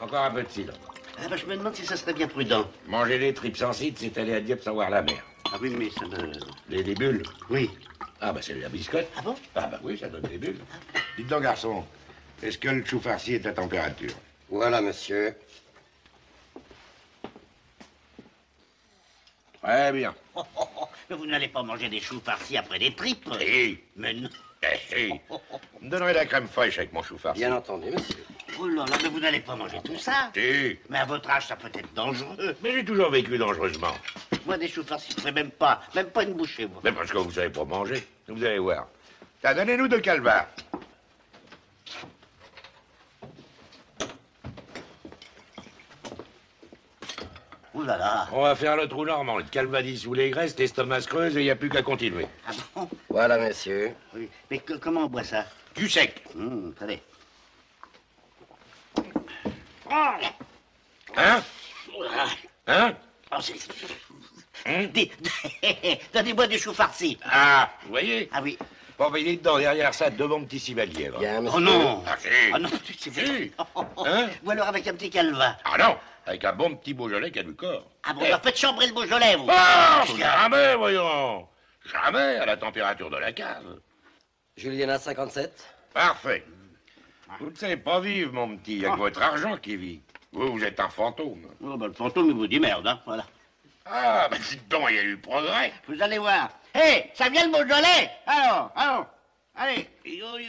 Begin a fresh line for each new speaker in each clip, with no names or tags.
Encore un peu de cidre.
Ah bah, je me demande si ça serait bien prudent.
Manger des tripes sans cidre, c'est aller à Dieppe savoir la mer.
Ah oui, mais ça me...
Les des bulles.
Oui.
Ah bah c'est la biscotte.
Ah bon
Ah bah oui, ça donne des bulles.
Dites donc, garçon, est-ce que le chou farci est à température
Voilà, monsieur.
Très bien.
Oh, oh, oh, Mais vous n'allez pas manger des choux par-ci après des tripes.
Si,
Eh, Mais non.
eh, si. Vous me donnerez de la crème fraîche avec mon chou farci.
Bien entendu, monsieur.
Oh là là, mais vous n'allez pas manger tout ça.
Si.
Mais à votre âge, ça peut être dangereux.
Mais j'ai toujours vécu dangereusement.
Moi, des choux farcis, je ne ferai même pas. Même pas une bouchée, moi.
Mais parce que vous savez pas manger. Vous allez voir. Tiens, donnez-nous deux calvars.
Oh là là.
On va faire le trou normand, le calvadis sous les graisses, l'estomac se creuse et il n'y a plus qu'à continuer.
Ah bon
Voilà, monsieur.
Oui. Mais que- comment on boit ça
Du sec.
Hum, attendez.
Hein
Oh là là.
Hein
Oh, c'est... Hein Des- Donnez-moi du chou farci.
Ah, vous voyez
Ah oui.
Bon, ben, il est dedans, derrière ça, devant petit civalier. là.
Bien, monsieur.
Oh non
Ah, si.
Oh non, c'est vrai.
Si.
Oh, oh, oh.
Hein
Ou alors avec un petit calva.
Ah non Avec un bon petit Beaujolais qui a du corps.
Ah bon,
Eh.
bah faites chambrer le Beaujolais, vous hein,
Ah, jamais, voyons Jamais à la température de la cave.
Juliana 57.
Parfait. Vous ne savez pas vivre, mon petit. Il n'y a que votre argent qui vit. Vous, vous êtes un fantôme.
Oh, bah, le fantôme, il vous dit merde, hein, voilà.
Ah, ben dites donc, il y a eu progrès.
Vous allez voir. Hé, ça vient le Beaujolais Alors, alors, allez, on y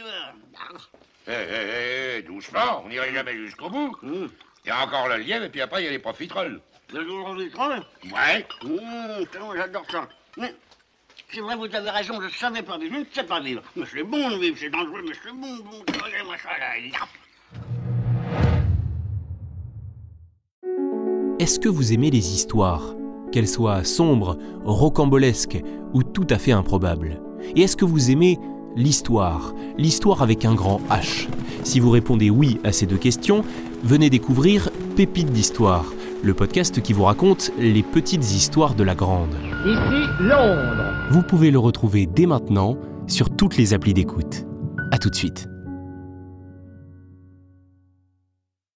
Hé,
va.
hé, hé, eh, doucement, on n'irait jamais jusqu'au bout.
Hum,
Il y a encore le lièvre et puis après, il y a les profiteroles.
le jour du creux.
Ouais.
Hum, comment j'adore ça. Mais, c'est vrai, vous avez raison, je ne savais pas vivre, je ne sais pas vivre. Mais c'est bon de vivre, c'est dangereux, mais c'est bon, bon, regardez-moi ça, là, il y a-
Est-ce que vous aimez les histoires Qu'elles soient sombres, rocambolesques ou tout à fait improbables Et est-ce que vous aimez l'histoire L'histoire avec un grand H Si vous répondez oui à ces deux questions, venez découvrir Pépites d'histoire, le podcast qui vous raconte les petites histoires de la grande.
Ici Londres.
Vous pouvez le retrouver dès maintenant sur toutes les applis d'écoute. A tout de suite